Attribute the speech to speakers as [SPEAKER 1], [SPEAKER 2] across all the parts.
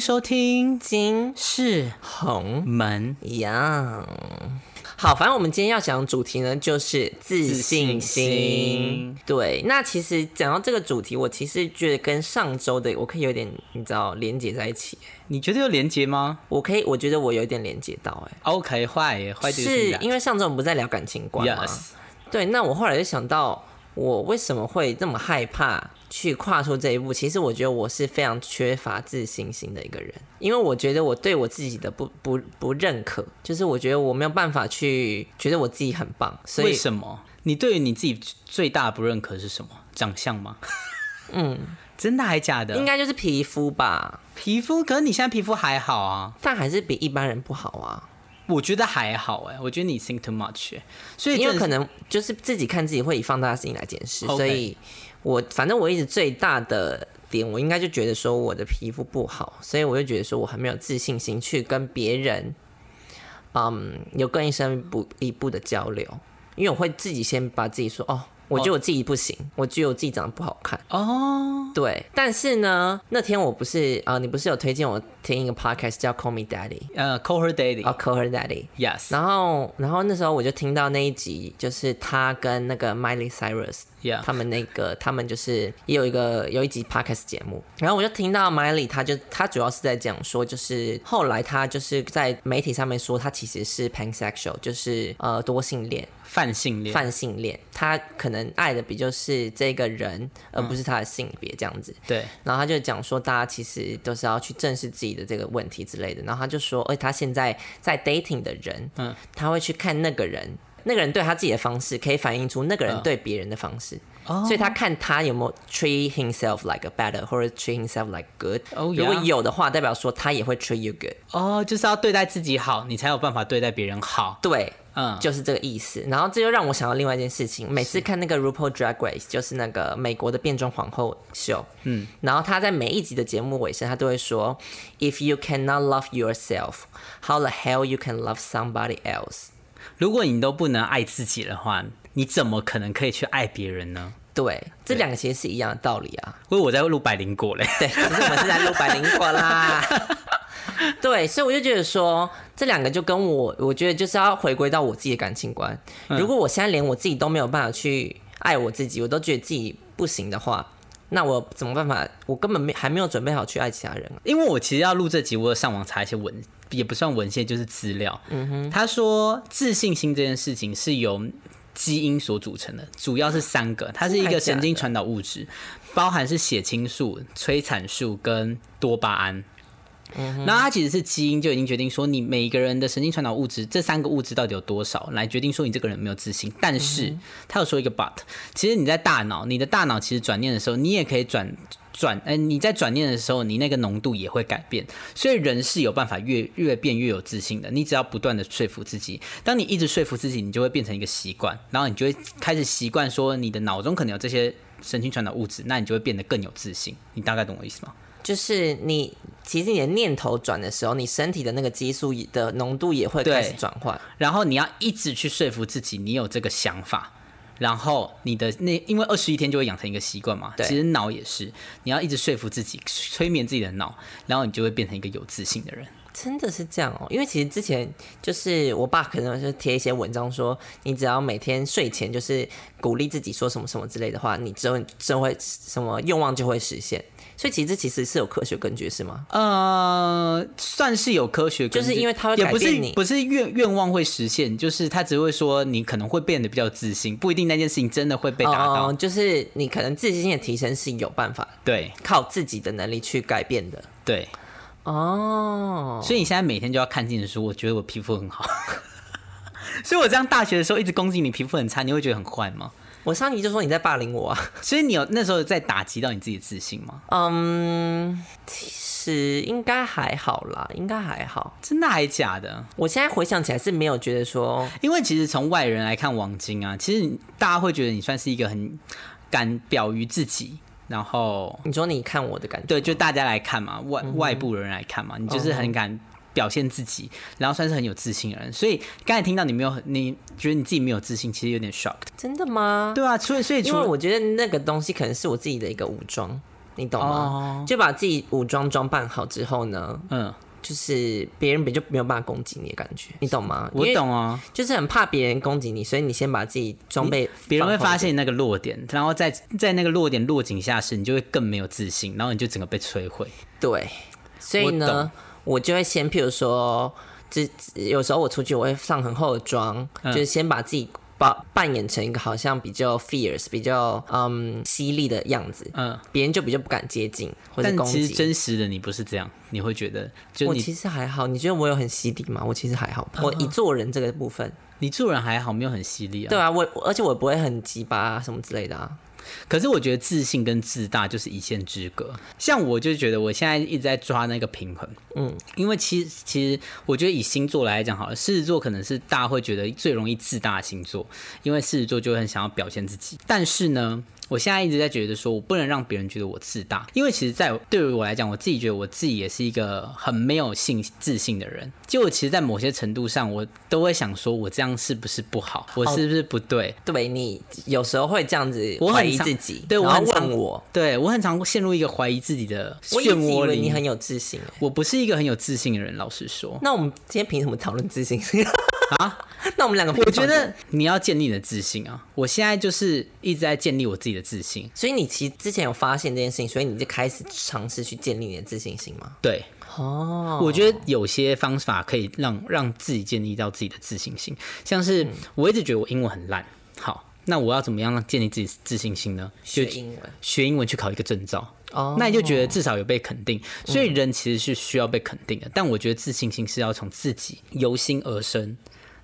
[SPEAKER 1] 收听《
[SPEAKER 2] 金
[SPEAKER 1] 是
[SPEAKER 2] 红
[SPEAKER 1] 门》。
[SPEAKER 2] 样。好，反正我们今天要讲的主题呢，就是自信心。
[SPEAKER 1] 自信心
[SPEAKER 2] 对，那其实讲到这个主题，我其实觉得跟上周的我可以有点，你知道，连接在一起。
[SPEAKER 1] 你觉得有连接吗
[SPEAKER 2] 我可以，我觉得我有点连接到、欸，
[SPEAKER 1] ？OK，坏耶，坏的
[SPEAKER 2] 哎，
[SPEAKER 1] 就是
[SPEAKER 2] 是因啊
[SPEAKER 1] 为
[SPEAKER 2] 为上周我们不是在聊感情观吗
[SPEAKER 1] Yes，
[SPEAKER 2] 对，那我后来就想到，我为什么会这么害怕去跨出这一步？其实我觉得我是非常缺乏自信心的一个人，因为我觉得我对我自己的不不不认可，就是我觉得我没有办法去觉得我自己很棒，所
[SPEAKER 1] 为
[SPEAKER 2] 以
[SPEAKER 1] 什么？你对于你自己最大的不认可是什么？长相 吗？嗯，真的还假的？
[SPEAKER 2] 应
[SPEAKER 1] 该
[SPEAKER 2] 该就是皮肤吧，
[SPEAKER 1] 皮肤，可是你现在皮肤还好啊，
[SPEAKER 2] 但还是比一般人不好啊，
[SPEAKER 1] 我觉得还好哎，我觉得你 think too much，耶所以
[SPEAKER 2] 因为
[SPEAKER 1] 真的
[SPEAKER 2] 可能就是自己看自己会以放大镜来检视，
[SPEAKER 1] OK
[SPEAKER 2] 所以我反正我一直最大的点，我应该就觉得说我的皮肤不好，所以我就觉得说我很没有自信心去跟别人，嗯，有更一深一步一步的交流，因为我会自己先把自己说哦。我觉得我自己不行我觉得我自己长得不好看。
[SPEAKER 1] 哦，
[SPEAKER 2] 对，但是呢，那天我不是啊、你不是有推荐我听一个 podcast 叫《Call Me Daddy》
[SPEAKER 1] 呃，call her daddy，yes，、
[SPEAKER 2] 哦，《Call Her Daddy》。然后，然后那时候我就听到那一集，就是他跟那个 Miley Cyrus，、
[SPEAKER 1] Yeah
[SPEAKER 2] 他们那个他们就是也有一个有一集 podcast 节目，然后我就听到 Miley，他就他主要是在讲说，就是后来他就是在媒体上面说他其实是 pansexual，就是呃多性恋、
[SPEAKER 1] 泛性恋，
[SPEAKER 2] 泛性恋，他可能爱的比就是这个人，而不是他的性别这样子。
[SPEAKER 1] 对，
[SPEAKER 2] 然后他就讲说，大家其实都是要去正视自己的这个问题之类的。然后他就说，而且他现在在 dating 的人，
[SPEAKER 1] 嗯
[SPEAKER 2] 他会去看那个人，那个人对他自己的方式，可以反映出那个人
[SPEAKER 1] 嗯
[SPEAKER 2] 对别人的方式。
[SPEAKER 1] 哦
[SPEAKER 2] 所以他看他有没有 treat himself like a better，或者 treat himself like good。
[SPEAKER 1] Oh,
[SPEAKER 2] 如果
[SPEAKER 1] yeah
[SPEAKER 2] 有的话，代表说他也会 treat you good。
[SPEAKER 1] 哦，就是要对待自己好，你才有办法对待别人好，
[SPEAKER 2] 对，
[SPEAKER 1] 嗯，
[SPEAKER 2] 就是这个意思。然后这就让我想到另外一件事情，每次看那个 RuPaul Drag Race，就是那个美国的变装皇后秀，嗯，然后她在每一集的节目尾声，她都会说，If you cannot love yourself, how the hell you can love somebody else？
[SPEAKER 1] 如果你都不能爱自己的话，你怎么可能可以去爱别人呢？
[SPEAKER 2] 对，这两个其实是一样的道理啊。
[SPEAKER 1] 因为我在录百灵果嘞，
[SPEAKER 2] 对，可是我们是在录百灵果啦。对，所以我就觉得说，这两个就跟我，我觉得就是要回归到我自己的感情观。如果我现在连我自己都没有办法去爱我自己，我都觉得自己不行的话，那我怎么办法？我根本没还没有准备好去爱其他人啊。
[SPEAKER 1] 因为我其实要录这集，我有上网查一些文，也不算文献，就是资料。嗯哼，他说自信心这件事情是由基因所组成的，主要是三个，它是一
[SPEAKER 2] 真的
[SPEAKER 1] 个
[SPEAKER 2] 假的
[SPEAKER 1] 神经传导物质，包含是血清素、催产素跟多巴胺。
[SPEAKER 2] 嗯
[SPEAKER 1] 然后它其实是基因就已经决定说你每一个人的神经传导物质这三个物质到底有多少，来决定说你这个人有没有自信。但
[SPEAKER 2] 嗯
[SPEAKER 1] 是他有说一个 but，其实你在大脑，你的大脑其实转念的时候，你也可以转转，呃，你在转念的时候，你那个浓度也会改变。所以人是有办法越越变越有自信的。你只要不断的说服自己，当你一直说服自己，你就会变成一个习惯，然后你就会开始习惯说你的脑中可能有这些神经传导物质，那你就会变得更有自信。你大概懂我意思吗？
[SPEAKER 2] 就是你，其实你的念头转的时候，你身体的那个激素的浓度也会开始
[SPEAKER 1] 对
[SPEAKER 2] 转换。
[SPEAKER 1] 然后你要一直去说服自己，你有这个想法。然后你的那，因为二十一天就会养成一个习惯嘛，
[SPEAKER 2] 对
[SPEAKER 1] 其实脑也是，你要一直说服自己，催眠自己的脑，然后你就会变成一个有自信的人。
[SPEAKER 2] 真的是这样哦，因为其实之前就是我爸可能就贴一些文章说，你只要每天睡前就是鼓励自己说什么什么之类的话，你之后就会什么愿望就会实现。所以其实这其实是有科学根据是吗？
[SPEAKER 1] 呃，算是有科学根据，
[SPEAKER 2] 就是因为它会
[SPEAKER 1] 也
[SPEAKER 2] 改
[SPEAKER 1] 不是
[SPEAKER 2] 变你
[SPEAKER 1] 不是愿愿望会实现，就是他只会说你可能会变得比较自信，不一定那件事情真的会被达到。
[SPEAKER 2] 哦，就是你可能自信心的提升是有办法
[SPEAKER 1] 对
[SPEAKER 2] 靠自己的能力去改变的
[SPEAKER 1] 对，
[SPEAKER 2] 哦。
[SPEAKER 1] 所以你现在每天就要看镜子说，我觉得我皮肤很好。 所以我这样大学的时候一直攻击你皮肤很差，你会觉得很坏吗？
[SPEAKER 2] 我上集就说你在霸凌我啊，
[SPEAKER 1] 所以你有那时候在打击到你自己的自信吗？
[SPEAKER 2] 嗯，其实应该还好啦，应该还好。
[SPEAKER 1] 真的还假的？
[SPEAKER 2] 我现在回想起来是没有觉得说
[SPEAKER 1] 因为其实从外人来看王晶啊，其实大家会觉得你算是一个很敢表于自己，然后
[SPEAKER 2] 你说你看我的感觉，
[SPEAKER 1] 对，就大家来看嘛，外、外部人来看嘛，你就是很敢表现自己，然后算是很有自信的人。所以刚才听到你没有很，你觉得你自己没有自信，其实有点 shocked。
[SPEAKER 2] 真的吗？
[SPEAKER 1] 对啊，所以所以
[SPEAKER 2] 因
[SPEAKER 1] 除
[SPEAKER 2] 为
[SPEAKER 1] 了
[SPEAKER 2] 我觉得那个东西可能是我自己的一个武装，你
[SPEAKER 1] 哦
[SPEAKER 2] 懂吗？就把自己武装装扮好之后呢，
[SPEAKER 1] 嗯，
[SPEAKER 2] 就是别人比就没有办法攻击你的感觉，你懂吗？
[SPEAKER 1] 我，懂啊，
[SPEAKER 2] 就是很怕别人攻击你，所以你先把自己装备放好一点，
[SPEAKER 1] 别人会发现你那个弱点，然后在在那个弱点落井下石，你就会更没有自信，然后你就整个被摧毁。
[SPEAKER 2] 对，所以
[SPEAKER 1] 我
[SPEAKER 2] 呢
[SPEAKER 1] 懂，
[SPEAKER 2] 我就会先，譬如说，这有时候我出去，我会上很厚的妆，
[SPEAKER 1] 嗯
[SPEAKER 2] 就是先把自己把扮演成一个好像比较 fierce、比较嗯犀利的样子，
[SPEAKER 1] 嗯，
[SPEAKER 2] 别人就比较不敢接近或者
[SPEAKER 1] 但
[SPEAKER 2] 攻
[SPEAKER 1] 其实
[SPEAKER 2] 击。
[SPEAKER 1] 真实的你不是这样，你会觉得就
[SPEAKER 2] 我
[SPEAKER 1] 你嗯
[SPEAKER 2] 其实还好，你觉得我有很犀利吗？我其实还好，我以做人这个部分，
[SPEAKER 1] 你做人还好，没有很犀利啊。
[SPEAKER 2] 对啊，我而且我不会很鸡巴啊什么之类的啊。
[SPEAKER 1] 可是我觉得自信跟自大就是一线之隔。像我就觉得我现在一直在抓那个平衡，嗯，因为其实其实我觉得以星座来讲好了，狮子座可能是大家会觉得最容易自大的星座，因为狮子座就会很想要表现自己。但是呢，我现在一直在觉得说我不能让别人觉得我自大，因为其实在对于我来讲，我自己觉得我自己也是一个很没有信自信的人。就我其实，在某些程度上，我都会想说我这样是不是不好，我是不是不对？
[SPEAKER 2] 对你有时候会这样子
[SPEAKER 1] 我很
[SPEAKER 2] 怀疑
[SPEAKER 1] 常
[SPEAKER 2] 自己，
[SPEAKER 1] 对我
[SPEAKER 2] 然后
[SPEAKER 1] 很常
[SPEAKER 2] 问我，
[SPEAKER 1] 对我很常陷入一个怀疑自己的
[SPEAKER 2] 我一
[SPEAKER 1] 漩
[SPEAKER 2] 直以
[SPEAKER 1] 涡
[SPEAKER 2] 为
[SPEAKER 1] 里
[SPEAKER 2] 你。很有自信欸、。
[SPEAKER 1] 我不是一个很有自信的人，老实说
[SPEAKER 2] 那我们今天凭什么讨论自信 啊？ 那我们两个凭
[SPEAKER 1] 我
[SPEAKER 2] 什么
[SPEAKER 1] 觉，得你要建立你的自信啊！我现在就是一直在建立我自己的自信。
[SPEAKER 2] 所以你其实之前有发现这件事情，所以你就开始尝试去建立你的自信心嘛？
[SPEAKER 1] 对，
[SPEAKER 2] 哦，
[SPEAKER 1] 我觉得有些方法可以让让自己建立到自己的自信心，像是
[SPEAKER 2] 嗯
[SPEAKER 1] 我一直觉得我英文很烂，好，那我要怎么样建立自己自信心呢？就
[SPEAKER 2] 学英文
[SPEAKER 1] 学英文去考一个证照。
[SPEAKER 2] 哦嗯
[SPEAKER 1] 那你就觉得至少有被肯定，所以人其实是需要被肯定的。但我觉得自信心是要从自己由心而生，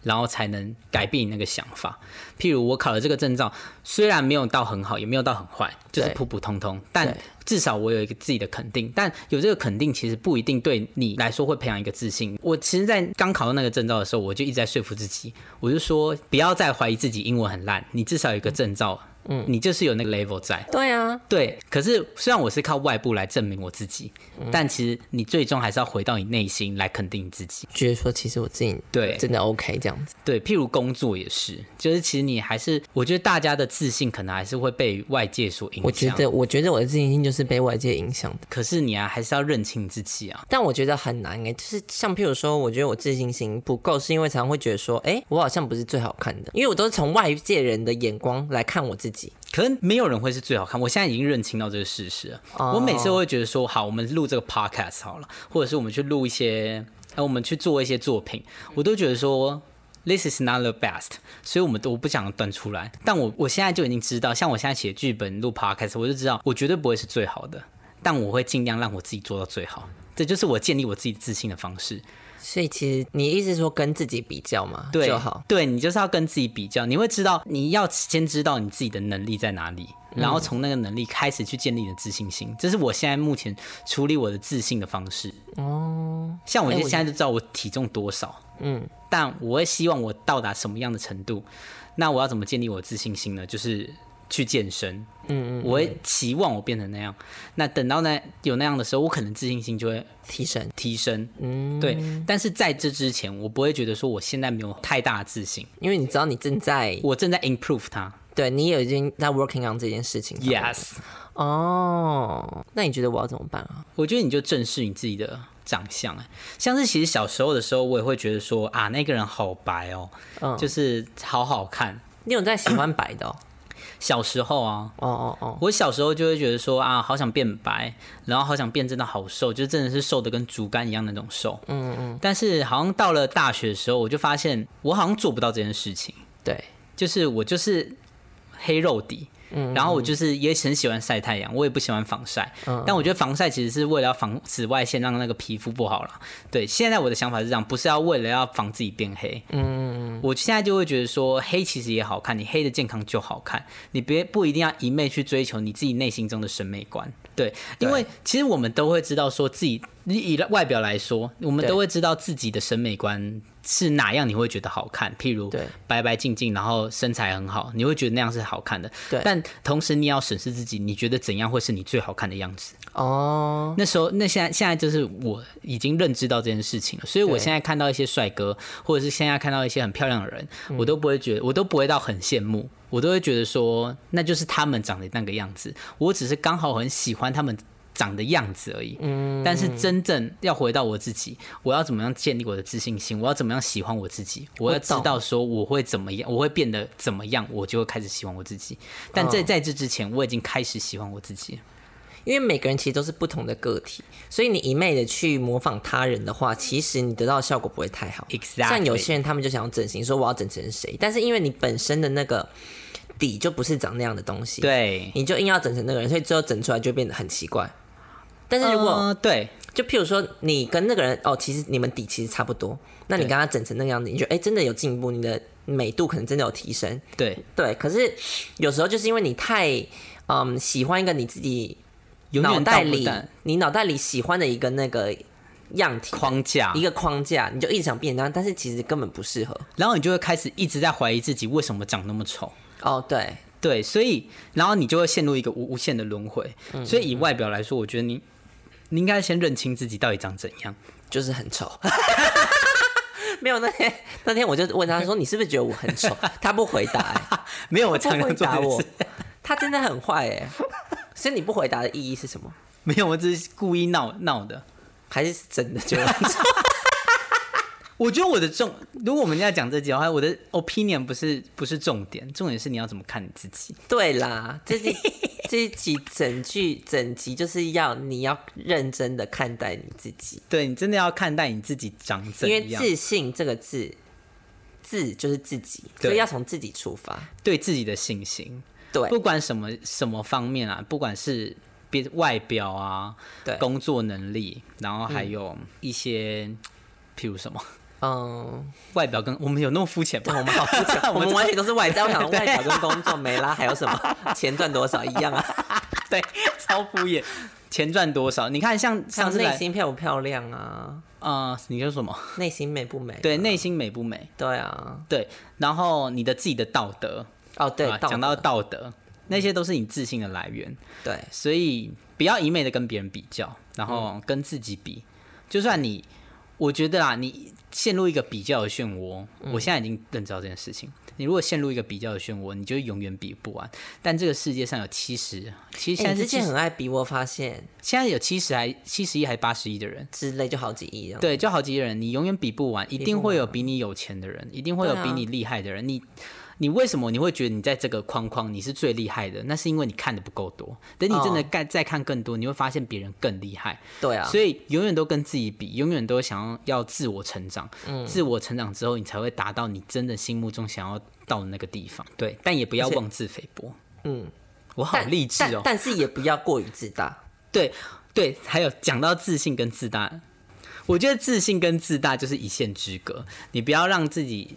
[SPEAKER 1] 然后才能改变你那个想法。譬如我考了这个证照，虽然没有到很好，也没有到很坏，就是
[SPEAKER 2] 对
[SPEAKER 1] 普普通通，但
[SPEAKER 2] 对
[SPEAKER 1] 至少我有一个自己的肯定。但有这个肯定，其实不一定对你来说会培养一个自信。我其实，在刚考到那个证照的时候，我就一直在说服自己，我就说不要再怀疑自己英文很烂，你至少有一个证照，嗯，你就是有那个 level 在。
[SPEAKER 2] 对啊，
[SPEAKER 1] 对，可是虽然我是靠外部来证明我自己，但其实你最终还是要回到你内心来肯定你自己。
[SPEAKER 2] 觉得说其实我自己
[SPEAKER 1] 对
[SPEAKER 2] 真的 OK 这样子，
[SPEAKER 1] 对，譬如工作也是，就是其实你还是，我觉得大家的自信可能还是会被外界所影响。
[SPEAKER 2] 我觉，得我觉得我的自信心就是被外界影响的，
[SPEAKER 1] 可是你啊，还是要认清你自己啊。
[SPEAKER 2] 但我觉得很难哎、就是像譬如说，我觉得我自信心不够，是因为常常会觉得说，哎、我好像不是最好看的，因为我都是从外界人的眼光来看我自己，
[SPEAKER 1] 可能没有人会是最好看，我现在已经认清到这个事实了。
[SPEAKER 2] 哦
[SPEAKER 1] 我每次都会觉得说，好，我们录这个 podcast 好了，或者是我们去录一些，呃，我们去做一些作品，我都觉得说。This is not the best，所以我们都我不想端出来。但我我现在就已经知道，像我现在写剧本、录 podcast，我就知道我绝对不会是最好的，但我会尽量让我自己做到最好。这就是我建立我自己自信的方式。
[SPEAKER 2] 所以其实你意思是说跟自己比较嘛，
[SPEAKER 1] 对，
[SPEAKER 2] 就好。
[SPEAKER 1] 对你就是要跟自己比较，你会知道你要先知道你自己的能力在哪里，然后从那个能力开始去建立你的自信心。这是我现在目前处理我的自信的方式。哦，像我
[SPEAKER 2] 哎
[SPEAKER 1] 就
[SPEAKER 2] 我
[SPEAKER 1] 现在就知道我体重多少，嗯，但我会希望我到达什么样的程度？那我要怎么建立我的自信心呢？就是去健身。嗯嗯，我会期望我变成那样。那等到那有那样的时候，我可能自信心就会
[SPEAKER 2] 提升。
[SPEAKER 1] 提升。嗯，对。但是在这之前，我不会觉得说我现在没有太大的自信，
[SPEAKER 2] 因为你知道你正在，
[SPEAKER 1] 我正在 improve 它。
[SPEAKER 2] 对你也已经在 working on 这件事情。
[SPEAKER 1] Yes，
[SPEAKER 2] 哦，那你觉得我要怎么办啊？
[SPEAKER 1] 我觉得你就正视你自己的长相，哎像是其实小时候的时候，我也会觉得说啊，那个人好白哦，
[SPEAKER 2] 嗯
[SPEAKER 1] 就是好好看。
[SPEAKER 2] 你有在喜欢白的哦？
[SPEAKER 1] 小时候啊，
[SPEAKER 2] 哦哦哦，
[SPEAKER 1] 我小时候就会觉得说啊，好想变白，然后好想变真的好瘦，就真的是瘦的跟竹竿一样那种瘦。嗯嗯。但是好像到了大学的时候，我就发现我好像做不到这件事情。
[SPEAKER 2] 对，
[SPEAKER 1] 就是我就是黑肉底。然后我就是也很喜欢晒太阳，我也不喜欢防晒，但我觉得防晒其实是为了要防紫外线，让那个皮肤不好了。对，现在我的想法是这样，不是要为了要防自己变黑。嗯，我现在就会觉得说，黑其实也好看，你黑的健康就好看，你别不一定要一昧去追求你自己内心中的审美观。对，因为其实我们都会知道说自己以外表来说，我们
[SPEAKER 2] 对
[SPEAKER 1] 都会知道自己的审美观是哪样你会觉得好看，譬如
[SPEAKER 2] 对
[SPEAKER 1] 白白净净，然后身材很好，你会觉得那样是好看的。
[SPEAKER 2] 对
[SPEAKER 1] 但但同时你也要审视自己，你觉得怎样会是你最好看的样子？
[SPEAKER 2] 哦，
[SPEAKER 1] 那时候，那现在现在就是我已经认知到这件事情了，所以我
[SPEAKER 2] 对
[SPEAKER 1] 现在看到一些帅哥，或者是现在看到一些很漂亮的人，我都不会觉得，我都不会到很羡慕，我都会觉得说，那就是他们长得那个样子，我只是刚好很喜欢他们。长的样子而已，嗯，但是真正要回到我自己，我要怎么样建立我的自信心？我要怎么样喜欢我自己？我要
[SPEAKER 2] 我
[SPEAKER 1] 知
[SPEAKER 2] 懂
[SPEAKER 1] 道说我会怎么样，我会变得怎么样，我就会开始喜欢我自己。但在在这之前，我已经开始喜欢我自己了。
[SPEAKER 2] 因为每个人其实都是不同的个体，所以你一昧的去模仿他人的话，其实你得到的效果不会太好。
[SPEAKER 1] Exactly
[SPEAKER 2] 像有些人他们就想要整形，说我要整成谁，但是因为你本身的那个底就不是长那样的东西，，
[SPEAKER 1] 对，
[SPEAKER 2] 你就硬要整成那个人，所以最后整出来就变得很奇怪。但是如果、
[SPEAKER 1] 呃对，
[SPEAKER 2] 就譬如说，你跟那个人哦，其实你们底其实差不多，那你
[SPEAKER 1] 对
[SPEAKER 2] 跟他整成那个样子，你觉得哎、真的有进步，你的美度可能真的有提升。
[SPEAKER 1] 对，
[SPEAKER 2] 对，可是有时候就是因为你太嗯喜欢一个你自己
[SPEAKER 1] 永
[SPEAKER 2] 脑
[SPEAKER 1] 远
[SPEAKER 2] 袋
[SPEAKER 1] 到不
[SPEAKER 2] 里
[SPEAKER 1] 到，
[SPEAKER 2] 你脑袋里喜欢的一个那个样体
[SPEAKER 1] 框架
[SPEAKER 2] 一，个框架，你就一直想变那样，但是其实根本不适合。
[SPEAKER 1] 然后你就会开始一直在怀疑自己为什么长那么丑。
[SPEAKER 2] 哦，对，
[SPEAKER 1] 对，所以然后你就会陷入一个无无限的轮回。
[SPEAKER 2] 嗯
[SPEAKER 1] 所以以外表来说，我觉得你你应该先认清自己到底长怎样。
[SPEAKER 2] 就是很丑。 没有那天那天我就问他说：“你是不是觉得我很丑？”他不回答、欸，
[SPEAKER 1] 没有我
[SPEAKER 2] 他
[SPEAKER 1] 常
[SPEAKER 2] 不回
[SPEAKER 1] 常做
[SPEAKER 2] 答
[SPEAKER 1] 这个
[SPEAKER 2] 我
[SPEAKER 1] 事，
[SPEAKER 2] 他真的很坏哎、所以你不回答的意义是什么？
[SPEAKER 1] 没有，我只是故意闹闹的。
[SPEAKER 2] 还是真的 就
[SPEAKER 1] 我觉得我的重，如果我们要讲这集的话，我的 opinion 不是不是重点，重点是你要怎么看你自己。
[SPEAKER 2] 对啦，这集这一集整句整集就是要你要认真的看待你自己，
[SPEAKER 1] 对你真的要看待你自己长怎
[SPEAKER 2] 因为
[SPEAKER 1] 样，
[SPEAKER 2] 自信这个字，自就是自己，
[SPEAKER 1] 对
[SPEAKER 2] 所以要从自己出发。
[SPEAKER 1] 对自己的信心。
[SPEAKER 2] 对
[SPEAKER 1] 不管什么什么方面啊，不管是别外表啊，
[SPEAKER 2] 对，
[SPEAKER 1] 工作能力，然后还有一些，譬如什么
[SPEAKER 2] 嗯，
[SPEAKER 1] 外表跟我们有那么肤浅吗？我们好肤
[SPEAKER 2] 这我们完全都是外在，我想
[SPEAKER 1] 对
[SPEAKER 2] 外表跟工作没啦，还有 什么钱赚多少一样啊？
[SPEAKER 1] 对，超敷衍。钱赚多少？你看像上
[SPEAKER 2] 像
[SPEAKER 1] 次来
[SPEAKER 2] 内，心漂不漂亮啊？
[SPEAKER 1] 呃，你说什么？
[SPEAKER 2] 内心美不美啊？
[SPEAKER 1] 对，内心美不美？
[SPEAKER 2] 对啊，
[SPEAKER 1] 对，然后你的自己的道德，
[SPEAKER 2] 哦对
[SPEAKER 1] 啊，
[SPEAKER 2] 道
[SPEAKER 1] 讲到
[SPEAKER 2] 德
[SPEAKER 1] 道德，那些都是你自信的来源。
[SPEAKER 2] 对
[SPEAKER 1] 所以不要一昧的跟别人比较，然
[SPEAKER 2] 嗯
[SPEAKER 1] 后跟自己比。就算你，我觉得啦，你陷入一个比较的漩涡，
[SPEAKER 2] 嗯
[SPEAKER 1] 我现在已经认知到这件事情。你如果陷入一个比较的漩涡，你就永远比不完。但这个世界上有七十，其实
[SPEAKER 2] 欸
[SPEAKER 1] 现
[SPEAKER 2] 你
[SPEAKER 1] 在
[SPEAKER 2] 之
[SPEAKER 1] 是
[SPEAKER 2] 前
[SPEAKER 1] 70、
[SPEAKER 2] 很爱比我发现
[SPEAKER 1] 现在有七十还七十一还八十一的人，
[SPEAKER 2] 之类，就好几亿啊。
[SPEAKER 1] 对，就好几个人，你永远比不完，一定会有比你有钱的人，一定会有
[SPEAKER 2] 对啊
[SPEAKER 1] 比你厉害的人。你你为什么你会觉得你在这个框框你是最厉害的？那是因为你看的不够多。等你真的
[SPEAKER 2] 哦
[SPEAKER 1] 看、再看更多，你会发现别人更厉害。
[SPEAKER 2] 对啊，
[SPEAKER 1] 所以永远都跟自己比，永远都想要要自我成长。
[SPEAKER 2] 嗯
[SPEAKER 1] 自我成长之后，你才会达到你真的心目中想要到的那个地方。对，但也不要
[SPEAKER 2] 而且
[SPEAKER 1] 妄自菲薄。
[SPEAKER 2] 嗯，
[SPEAKER 1] 我好
[SPEAKER 2] 但
[SPEAKER 1] 励志哦
[SPEAKER 2] 但！但是也不要过于自大。
[SPEAKER 1] 对对，还有讲到自信跟自大，我觉得自信跟自大就是一线之隔，你不要让自己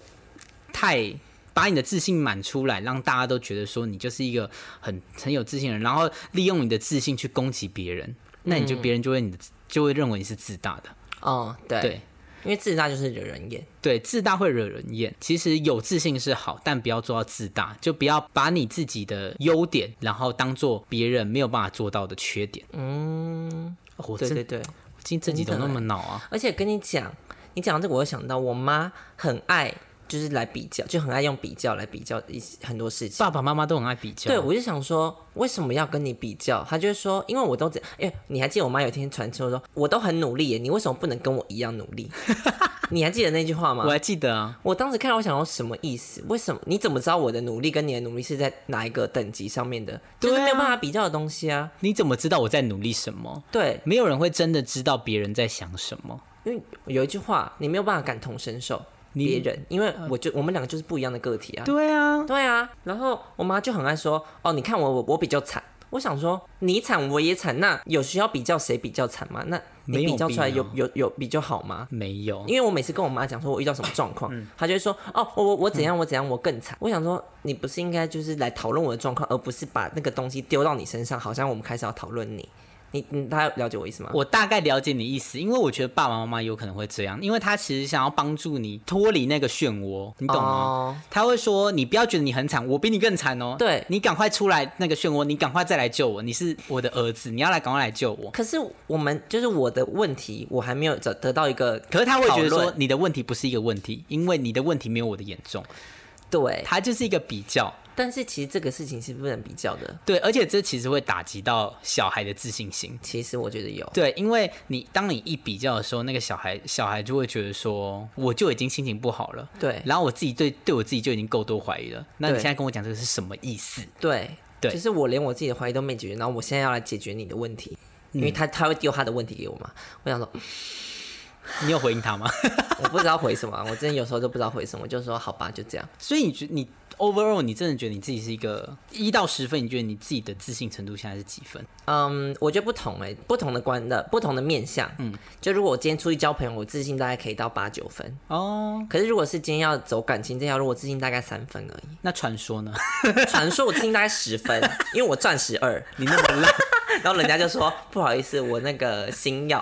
[SPEAKER 1] 太。把你的自信满出来，让大家都觉得说你就是一个很很有自信的人，然后利用你的自信去攻击别人，那你就
[SPEAKER 2] 嗯
[SPEAKER 1] 别人就会你的就会认为你是自大的。
[SPEAKER 2] 哦，对，
[SPEAKER 1] 对
[SPEAKER 2] 因为自大就是惹人厌。
[SPEAKER 1] 对，自大会惹人厌。其实有自信是好，但不要做到自大，就不要把你自己的优点，然后当做别人没有办法做到的缺点。
[SPEAKER 2] 嗯，
[SPEAKER 1] 哦、我
[SPEAKER 2] 对
[SPEAKER 1] 真
[SPEAKER 2] 对对，
[SPEAKER 1] 今这集怎
[SPEAKER 2] 真
[SPEAKER 1] 么那
[SPEAKER 2] 的欸
[SPEAKER 1] 么恼啊？
[SPEAKER 2] 而且跟你讲，你讲到这个，我又想到我妈很爱，就是来比较，就很爱用比较来比较一些很多事情。
[SPEAKER 1] 爸爸妈妈都很爱比较。
[SPEAKER 2] 对，我就想说，为什么要跟你比较？她就会说，因为我都这，哎、你还记得我妈有一天传说说，我都很努力耶，你为什么不能跟我一样努力？ 你还记得那句话吗
[SPEAKER 1] 我？还记得啊，
[SPEAKER 2] 我当时看到，我想说什么意思？为什么？你怎么知道我的努力跟你的努力是在哪一个等级上面的？就是
[SPEAKER 1] 对啊
[SPEAKER 2] 没有办法比较的东西啊。
[SPEAKER 1] 你怎么知道我在努力什么？
[SPEAKER 2] 对，
[SPEAKER 1] 没有人会真的知道别人在想什么。
[SPEAKER 2] 因为有一句话，你没有办法感同身受
[SPEAKER 1] 你呃
[SPEAKER 2] 别人，因为我就我们两个就是不一样的个体啊。
[SPEAKER 1] 对啊，
[SPEAKER 2] 对啊，然后我妈就很爱说，哦，你看我我我比较惨。我想说，你惨我也惨，那有需要比较谁比较惨吗？那
[SPEAKER 1] 没
[SPEAKER 2] 你
[SPEAKER 1] 有
[SPEAKER 2] 比较出来
[SPEAKER 1] 必
[SPEAKER 2] 有
[SPEAKER 1] 要
[SPEAKER 2] 有有比较好吗？
[SPEAKER 1] 没有，
[SPEAKER 2] 因为我每次跟我妈讲说我遇到什么状
[SPEAKER 1] 嗯
[SPEAKER 2] 况，她就会说哦，我我我怎样我怎样我更惨。我想说，你不是应该就是来讨论我的状况，而不是把那个东西丢到你身上，好像我们开始要讨论你。你你大家了解我意思吗？
[SPEAKER 1] 我大概了解你意思，因为我觉得爸爸妈妈有可能会这样，因为他其实想要帮助你脱离那个漩涡，你懂啊吗？
[SPEAKER 2] 哦，
[SPEAKER 1] 他会说：“你不要觉得你很惨，我比你更惨哦。
[SPEAKER 2] 对
[SPEAKER 1] 你赶快出来那个漩涡，你赶快再来救我。你是我的儿子，你要来赶快来救我。
[SPEAKER 2] 可是我们就是我的问题，我还没有得得到一个”
[SPEAKER 1] 可是他会觉得
[SPEAKER 2] 讨
[SPEAKER 1] 说
[SPEAKER 2] 论
[SPEAKER 1] 你的问题不是一个问题，因为你的问题没有我的严重，
[SPEAKER 2] 对，
[SPEAKER 1] 他就是一个比较。
[SPEAKER 2] 但是其实这个事情是不能比较的。
[SPEAKER 1] 对，而且这其实会打击到小孩的自信心。
[SPEAKER 2] 其实我觉得有，
[SPEAKER 1] 对，因为你当你一比较的时候，那个小孩小孩就会觉得说，我就已经心情不好了，
[SPEAKER 2] 对
[SPEAKER 1] 然后我自己对对我自己就已经够多怀疑了，那你
[SPEAKER 2] 对
[SPEAKER 1] 现在跟我讲这个是什么意思？
[SPEAKER 2] 对
[SPEAKER 1] 对
[SPEAKER 2] 就是我连我自己的怀疑都没解决，然后我现在要来解决你的问题，因为他他会丢他的问题给我嘛，我想说嗯
[SPEAKER 1] 你有回应他吗？
[SPEAKER 2] 我不知道回什么，啊我真的有时候都不知道回什么，我就说好吧，就这样。
[SPEAKER 1] 所以你觉你 overall 你真的觉得你自己是一个一到十分，你觉得你自己的自信程度现在是几分？
[SPEAKER 2] 嗯，我觉得不同哎、不同的观的不同的面向，嗯，就如果我今天出去交朋友，我自信大概可以到八九分，
[SPEAKER 1] 哦，
[SPEAKER 2] 可是如果是今天要走感情这条路，我自信大概三分而已。
[SPEAKER 1] 那传说呢？
[SPEAKER 2] 传说我自信大概十分，因为我钻石二，
[SPEAKER 1] 你那么 烂，
[SPEAKER 2] 然后人家就说不好意思，我那个星耀，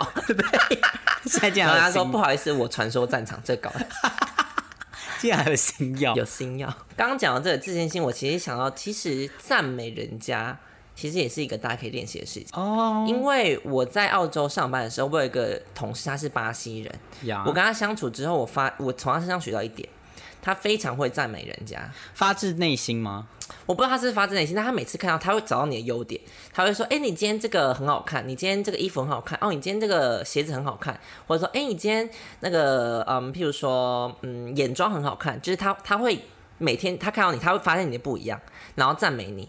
[SPEAKER 1] 现在竟
[SPEAKER 2] 然
[SPEAKER 1] 然还
[SPEAKER 2] 后 他
[SPEAKER 1] 有
[SPEAKER 2] 说
[SPEAKER 1] 新
[SPEAKER 2] 不好意思，我传说战场最高的。
[SPEAKER 1] 竟然还有新药
[SPEAKER 2] 有心要。 刚刚讲到这个自信心，我其实想到，其实赞美人家，其实也是一个大家可以练习的事情。
[SPEAKER 1] 哦
[SPEAKER 2] 因为我在澳洲上班的时候，我有一个同事，他是巴西人。
[SPEAKER 1] 呀
[SPEAKER 2] 我，跟他相处之后，我发我从他身上学到一点，他非常会赞美人家。
[SPEAKER 1] 发自内心吗？
[SPEAKER 2] 我不知道他是发自内心，但他每次看到他会找到你的优点，他会说：“哎、你今天这个很好看，你今天这个衣服很好看，哦，你今天这个鞋子很好看，或者说，哎、你今天那个，嗯，譬如说，嗯，眼妆很好看，就是他他会每天嗯呃他看到你，他会发现你的不一样，然后赞美你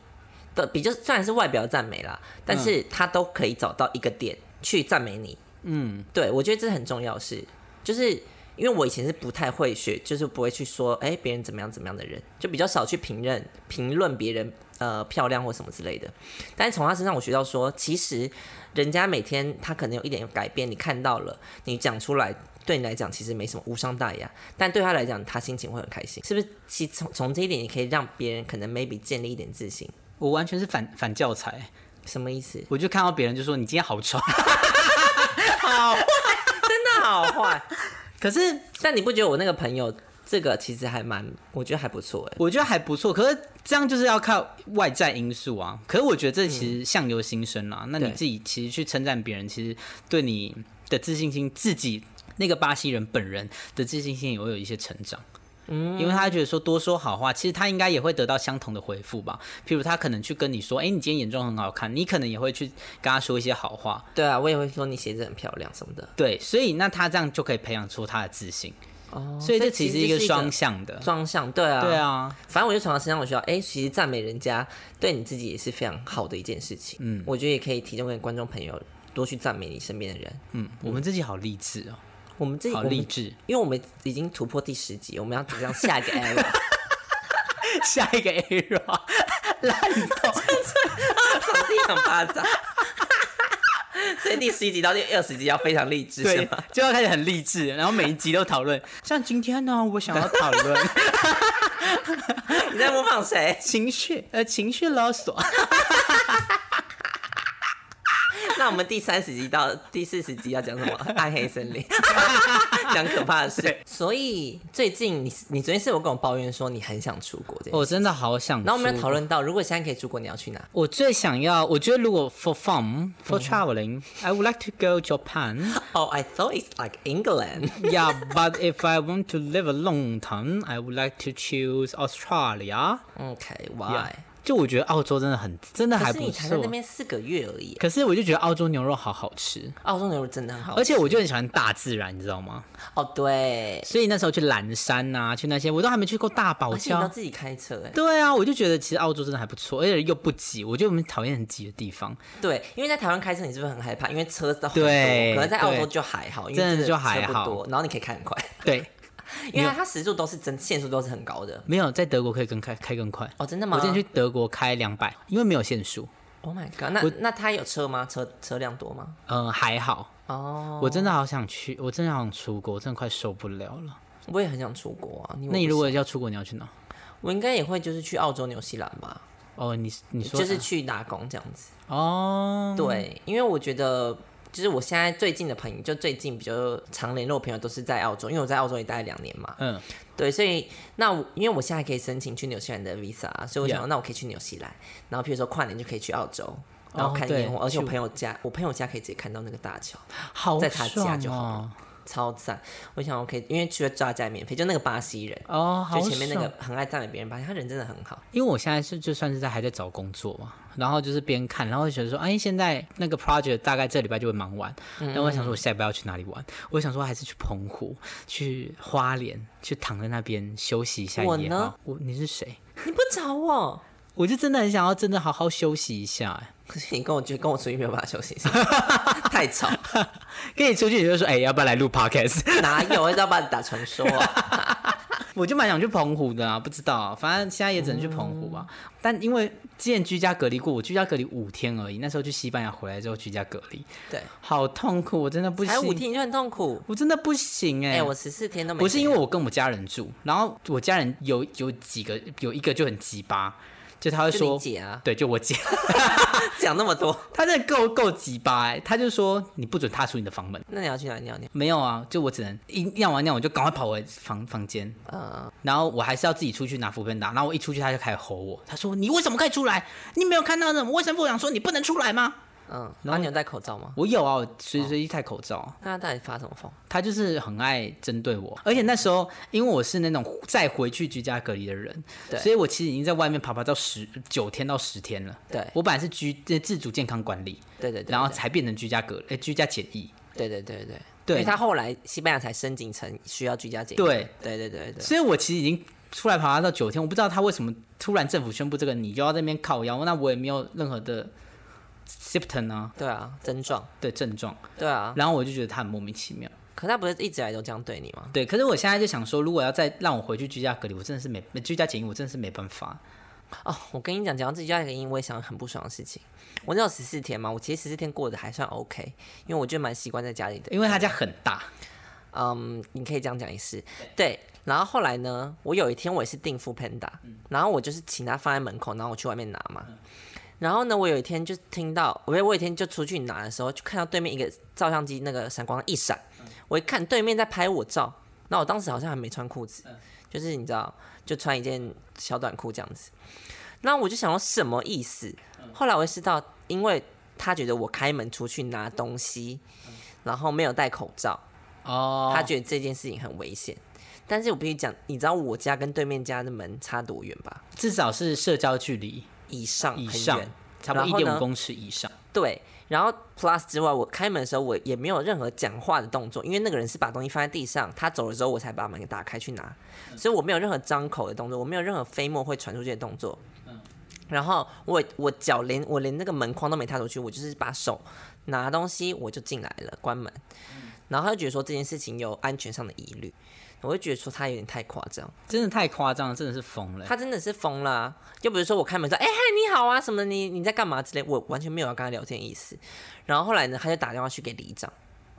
[SPEAKER 2] 的，呃嗯比较虽然是外表赞美啦，但是他都可以找到一个点去赞美你。嗯，对，我觉得这是很重要的事，就是。因为我以前是不太会学，就是不会去说，哎、别人怎么样怎么样的人，就比较少去评论评论别人呃漂亮或什么之类的。但是从他身上我学到说，其实人家每天他可能有一点改变，你看到了，你讲出来，对你来讲其实没什么无伤大雅，但对他来讲，他心情会很开心，是不是？其实从从这一点，也可以让别人可能 maybe 建立一点自信。
[SPEAKER 1] 我完全是反反教材，
[SPEAKER 2] 什么意思？
[SPEAKER 1] 我就看到别人就说你今天好丑，
[SPEAKER 2] 真的好坏？
[SPEAKER 1] 可是
[SPEAKER 2] 但你不觉得我那个朋友这个其实还蛮，我觉得还不错哎、
[SPEAKER 1] 我觉得还不错，可是这样就是要靠外在因素啊。可是我觉得这其实相由心生啦、那你
[SPEAKER 2] 对
[SPEAKER 1] 自己其实去称赞别人，其实对你的自信心，自己那个巴西人本人的自信心也会有一些成长。嗯，因为他觉得说多说好话，其实他应该也会得到相同的回复吧。譬如他可能去跟你说，哎、你今天眼妆很好看，你可能也会去跟他说一些好话。
[SPEAKER 2] 对啊，我也会说你鞋子很漂亮什么的。
[SPEAKER 1] 对，所以那他这样就可以培养出他的自信。
[SPEAKER 2] 哦，
[SPEAKER 1] 所以这其实是一个
[SPEAKER 2] 就是
[SPEAKER 1] 双向的。
[SPEAKER 2] 双向，对啊，
[SPEAKER 1] 对。啊，
[SPEAKER 2] 反正我就从他身上我学到，哎、其实赞美人家对你自己也是非常好的一件事情。嗯，我觉得也可以提供给观众朋友多去赞美你身边的人。
[SPEAKER 1] 嗯，我们自己好励志哦、
[SPEAKER 2] 我们自己
[SPEAKER 1] 好
[SPEAKER 2] 我们
[SPEAKER 1] 励志。
[SPEAKER 2] 因为我们已经突破第十集，我们要走向下一个 era。
[SPEAKER 1] 下一个 era
[SPEAKER 2] 地上巴掌。 所以第十一集到第二十集要非常励志，是
[SPEAKER 1] 对
[SPEAKER 2] 吗？，
[SPEAKER 1] 就要开始很励志，然后每一集都讨论。 像今天呢，我想要讨 论
[SPEAKER 2] 你在模仿谁？
[SPEAKER 1] 情绪，呃，情绪勒索。
[SPEAKER 2] 那我们第三十集到第四十集要讲 什么？暗黑森林，讲可怕的事
[SPEAKER 1] 对。
[SPEAKER 2] 所以最近你你昨天是有跟我抱怨说你很想出国这件事，
[SPEAKER 1] 我真的好想。
[SPEAKER 2] 然后我们有讨。论到，如果现在可以出国，你要去哪？
[SPEAKER 1] 我最想要，我觉得如果 for fun for traveling, I would like to go Japan.
[SPEAKER 2] 哦、i thought it's like England。
[SPEAKER 1] Yeah, but if I want to live a long time, I would like to choose Australia.
[SPEAKER 2] OK，why？、
[SPEAKER 1] Yeah，就我觉得澳洲真的很，真的还
[SPEAKER 2] 可是
[SPEAKER 1] 不
[SPEAKER 2] 你才在
[SPEAKER 1] 错
[SPEAKER 2] 那。边四个月而已，啊
[SPEAKER 1] 可是我就觉得澳洲牛肉好好吃，
[SPEAKER 2] 澳洲牛肉真的很好
[SPEAKER 1] 而。且哦我就很喜欢大自然，你知道吗？
[SPEAKER 2] 哦，对，
[SPEAKER 1] 所以那时候去蓝山呐、去那些我都还没去过大堡
[SPEAKER 2] 而且你要
[SPEAKER 1] 礁。
[SPEAKER 2] 自己开车哎。
[SPEAKER 1] 对啊，我就觉得其实澳洲真的还不错，而且又不挤。我觉得我们讨厌很挤的地 方，
[SPEAKER 2] 对，因为在台湾开车你是不是很害怕？因为车都很多，
[SPEAKER 1] 对
[SPEAKER 2] 可能在澳
[SPEAKER 1] 对
[SPEAKER 2] 洲就还好，因为
[SPEAKER 1] 真的就
[SPEAKER 2] 车
[SPEAKER 1] 还
[SPEAKER 2] 不
[SPEAKER 1] 好
[SPEAKER 2] 多，然后你可以开很快，
[SPEAKER 1] 对，
[SPEAKER 2] 因为它时速都是真限速都是很高的。
[SPEAKER 1] 没有在德国可以更开开更快。
[SPEAKER 2] 哦，真的吗？
[SPEAKER 1] 我之前去德国开两百，因为没有限速，
[SPEAKER 2] ，Oh my god，那那他有车吗？车车辆多吗？
[SPEAKER 1] 嗯、还好。
[SPEAKER 2] 哦，
[SPEAKER 1] 我真的好想去，我真的好想出国，我真的快受不了了。
[SPEAKER 2] 我也很想出国啊。你以为
[SPEAKER 1] 那你
[SPEAKER 2] 我
[SPEAKER 1] 如
[SPEAKER 2] 不
[SPEAKER 1] 果要出国，你要去哪？
[SPEAKER 2] 是我应该也会就是去澳洲、纽西兰吧。
[SPEAKER 1] 哦，你你说
[SPEAKER 2] 就是去打工这样子。
[SPEAKER 1] 哦，
[SPEAKER 2] 对，因为我觉得。就是我现在最近的朋友，就最近比较常联络的朋友都是在澳洲，因为我在澳洲也待了两年嘛。
[SPEAKER 1] 嗯，
[SPEAKER 2] 对，所以那我因为我现在可以申请去纽西兰的 visa，啊所以我想
[SPEAKER 1] Yeah
[SPEAKER 2] 那我可以去纽西兰，然后譬如说跨年就可以去澳洲，然后
[SPEAKER 1] 哦
[SPEAKER 2] 看
[SPEAKER 1] 对
[SPEAKER 2] 烟火，而且我
[SPEAKER 1] 去
[SPEAKER 2] 朋友家，我朋友家可以直接看到那个大桥，
[SPEAKER 1] 好
[SPEAKER 2] 在他家
[SPEAKER 1] 爽
[SPEAKER 2] 就好
[SPEAKER 1] 哦，
[SPEAKER 2] 超赞。我想我可以，因为去了抓家也免费，就那个巴西人，
[SPEAKER 1] 哦，好
[SPEAKER 2] 就前面那
[SPEAKER 1] 爽
[SPEAKER 2] 个很爱赞美别人巴西，他人真的很好。
[SPEAKER 1] 因为我现在是就算是在还在找工作嘛，然后就是边看，然后就觉得说，哎，现在那个 project 大概这礼拜就会忙完，
[SPEAKER 2] 嗯
[SPEAKER 1] 然后我想说，我下礼拜要去哪里玩？我想说还是去澎湖、去花莲，去躺在那边休息一下
[SPEAKER 2] 我
[SPEAKER 1] 也
[SPEAKER 2] 呢
[SPEAKER 1] 好。我你是谁？
[SPEAKER 2] 你不找我，
[SPEAKER 1] 我就真的很想要真的好好休息一下、哎
[SPEAKER 2] 可是你跟我就跟我出去没有办法休息， 太吵，
[SPEAKER 1] 跟你出去你就说，哎、要不要来录 podcast？
[SPEAKER 2] 哪有？我要把你打传说啊！
[SPEAKER 1] 我就蛮想去澎湖的啊，不知道、啊，反正现在也只能去澎湖吧。
[SPEAKER 2] 嗯
[SPEAKER 1] 但因为之前居家隔离过，我居家隔离五天而已，那时候去西班牙回来之后居家隔离，
[SPEAKER 2] 对，
[SPEAKER 1] 好痛苦，我真的不行。
[SPEAKER 2] 还有五天你就很痛苦。
[SPEAKER 1] 我真的不行哎、
[SPEAKER 2] 哎、我十四天都没。
[SPEAKER 1] 不是因为我跟我家人住，然后我家人有有几个有一个就很鸡巴，就他会
[SPEAKER 2] 就你
[SPEAKER 1] 说，
[SPEAKER 2] 姐啊，
[SPEAKER 1] 对，就我姐，
[SPEAKER 2] 讲那么多，
[SPEAKER 1] 他真的够够鸡巴哎、他就说你不准踏出你的房门。
[SPEAKER 2] 那你要去哪里尿尿？
[SPEAKER 1] 没有啊，就我只能一尿完尿我就赶快跑回房房间，
[SPEAKER 2] 呃，
[SPEAKER 1] 然后我还是要自己出去拿扶贫打，然后我一出去他就开始吼我，他说你为什么可以出来？你没有看到那种卫生部长说你不能出来吗？
[SPEAKER 2] 嗯，然后你有戴口罩吗？
[SPEAKER 1] 我有啊，我随时随地戴口罩啊。
[SPEAKER 2] 那他到底发什么疯？
[SPEAKER 1] 他就是很爱针对我，而且那时候因为我是那种再回去居家隔离的人，
[SPEAKER 2] 对
[SPEAKER 1] 所以我其实已经在外面爬爬到十九天到十天了。
[SPEAKER 2] 对
[SPEAKER 1] 我本来是居呃自主健康管理，
[SPEAKER 2] 对对对，
[SPEAKER 1] 然后才变成居家隔呃居家检疫。
[SPEAKER 2] 对对对对
[SPEAKER 1] 对
[SPEAKER 2] 因为他后来西班牙才申请成需要居家检疫。
[SPEAKER 1] 对
[SPEAKER 2] 对对对对，
[SPEAKER 1] 所以我其实已经出来爬爬到九天，我不知道他为什么突然政府宣布这个，你就要在那边靠腰，那我也没有任何的 symptom 啊
[SPEAKER 2] 对啊，症状，
[SPEAKER 1] 的症状，
[SPEAKER 2] 对啊，
[SPEAKER 1] 然后我就觉得他很莫名其妙。
[SPEAKER 2] 可他不是一直以来都这样对你吗？
[SPEAKER 1] 对，可是我现在就想说，如果要再让我回去居家隔离，我真的是没居家检疫，我真的是没办法。
[SPEAKER 2] 哦，我跟你讲，讲到自己家里，因为想很不爽的事情。我那有十四天嘛，我其实十四天过得还算 OK，因为我就蛮习惯在家里的。
[SPEAKER 1] 因为他家很大，
[SPEAKER 2] 嗯，你可以这样讲也是。对，然后后来呢，我有一天我也是订副 Panda，然后我就是请他放在门口，然后我去外面拿嘛。然后呢，我有一天就听到，我我有一天就出去拿的时候，就看到对面一个照相机那个闪光一闪，我一看对面在拍我照，那我当时好像还没穿裤子，就是你知道，就穿一件小短裤这样子。那我就想说什么意思？后来我意识到，因为他觉得我开门出去拿东西，然后没有戴口罩，
[SPEAKER 1] 哦，
[SPEAKER 2] 他觉得这件事情很危险。但是我必须讲，你知道我家跟对面家的门差多远吧？
[SPEAKER 1] 至少是社交距离
[SPEAKER 2] 以上
[SPEAKER 1] 以
[SPEAKER 2] 很
[SPEAKER 1] 上
[SPEAKER 2] 远，，
[SPEAKER 1] 差不多
[SPEAKER 2] 然
[SPEAKER 1] 一
[SPEAKER 2] 后呢
[SPEAKER 1] 点五公尺以上。
[SPEAKER 2] 对。然后 plus 之外，我开门的时候我也没有任何讲话的动作，因为那个人是把东西放在地上，他走了之后我才把门给打开去拿，所以我没有任何张口的动作，我没有任何飞沫会传出去的动作。然后我我脚连我连那个门框都没踏出去，我就是把手拿东西我就进来了，关门。然后他就觉得说这件事情有安全上的疑虑，我就觉得说他有点太夸张。
[SPEAKER 1] 真的太夸张了，真的是疯了。
[SPEAKER 2] 他真的是疯了啊、就比如说我开门说，哎、嗨你好啊什么的，你你在干嘛之类，我完全没有要跟他聊天的意思。然后后来呢，他就打电话去给里长，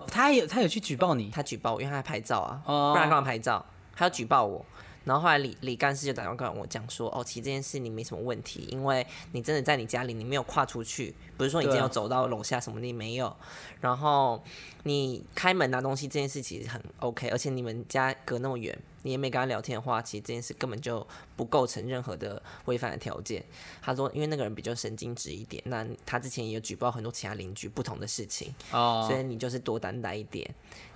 [SPEAKER 1] 他有他有去举报你，
[SPEAKER 2] 他举报我，因为他在拍照啊，
[SPEAKER 1] 哦
[SPEAKER 2] 不然他干嘛拍照？他要举报我。然后后来李李干事就打电话跟我讲说，哦，其实这件事你没什么问题，因为你真的在你家里，你没有跨出去，不是说你
[SPEAKER 1] 对啊
[SPEAKER 2] 今天有走到楼下什么的，你没有。然后你开门拿东西这件事其实很 OK，而且你们家隔那么远，你也没跟他聊天的话，其实这件事根本就不构成任何的违反的条件。他说，因为那个人比较神经质一点，那他之前也有举报很多其他邻居不同的事情，所
[SPEAKER 1] 哦，
[SPEAKER 2] 以你就是多担待一点，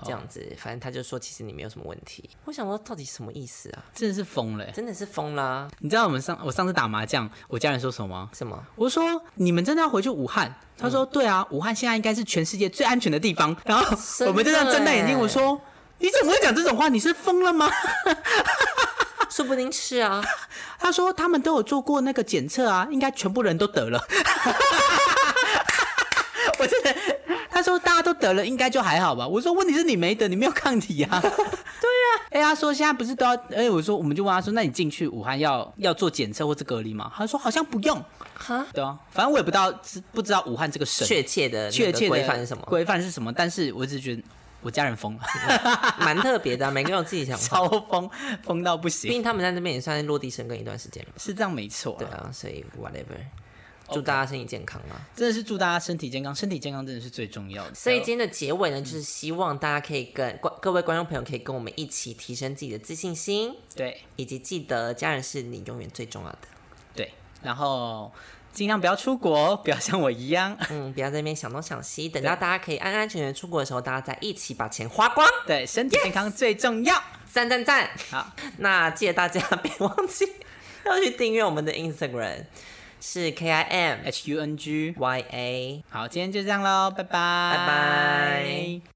[SPEAKER 2] 这样子。反正他就说，其实你没有什么问题。我想说，到底什么意思啊？
[SPEAKER 1] 真的是疯了。
[SPEAKER 2] 真的是疯啦、
[SPEAKER 1] 你知道我们上我上次打麻将，我家人说什么吗？
[SPEAKER 2] 什么？
[SPEAKER 1] 我说你们真的要回去武汉？他
[SPEAKER 2] 嗯
[SPEAKER 1] 说对啊，武汉现在应该是全世界最安全的地方。然后
[SPEAKER 2] 的
[SPEAKER 1] 我们就这样睁大眼睛，
[SPEAKER 2] 欸
[SPEAKER 1] 我说你怎么会讲这种话？你是疯了吗？
[SPEAKER 2] 说不定是啊，
[SPEAKER 1] 他说他们都有做过那个检测啊，应该全部人都得了。 我真的，他说大家都得了，应该就还好吧。我说问题是你没得，你没有抗体 啊。对啊，哎、他说现在不是都要，哎、我说我们就问他说，那你进去武汉要要做检测或者隔离吗？他说好像不用。
[SPEAKER 2] 哈，
[SPEAKER 1] 对啊，反正我也不知道知不知道武汉这个省
[SPEAKER 2] 确切的那个
[SPEAKER 1] 确切的
[SPEAKER 2] 规范是什么？
[SPEAKER 1] 规范是什么，但是我只是觉得我家人疯了，
[SPEAKER 2] 蛮特别的啊、每个人有自己想 法。
[SPEAKER 1] 超疯，疯到不
[SPEAKER 2] 毕
[SPEAKER 1] 行，
[SPEAKER 2] 竟他们在那边也算是落地生根一段时间了嘛，
[SPEAKER 1] 是这样没错
[SPEAKER 2] 对
[SPEAKER 1] 啊。
[SPEAKER 2] 啊，所以 whatever，祝大家身体健康啊。
[SPEAKER 1] 真的是祝大家身体健康，身体健康真的是最重要的。
[SPEAKER 2] 所以今天的结尾呢，就是希望大家可以跟观各位观众朋友可以跟我们一起提升自己的自信心，
[SPEAKER 1] 对
[SPEAKER 2] 以及记得家人是你永远最重要的。
[SPEAKER 1] 对，然后尽量不要出国，不要像我一样。
[SPEAKER 2] 嗯，不要在那边想东想西，等到大家可以安安全全出国的时候，大家再一起把钱花光，
[SPEAKER 1] 对，身体健康最重要。
[SPEAKER 2] 赞赞赞！
[SPEAKER 1] 好，
[SPEAKER 2] 那记得大家 别忘记要去订阅我们的 Instagram，是 K I M
[SPEAKER 1] H U N G。
[SPEAKER 2] Y A。
[SPEAKER 1] 好，今天就这样喽，拜拜，
[SPEAKER 2] 拜拜。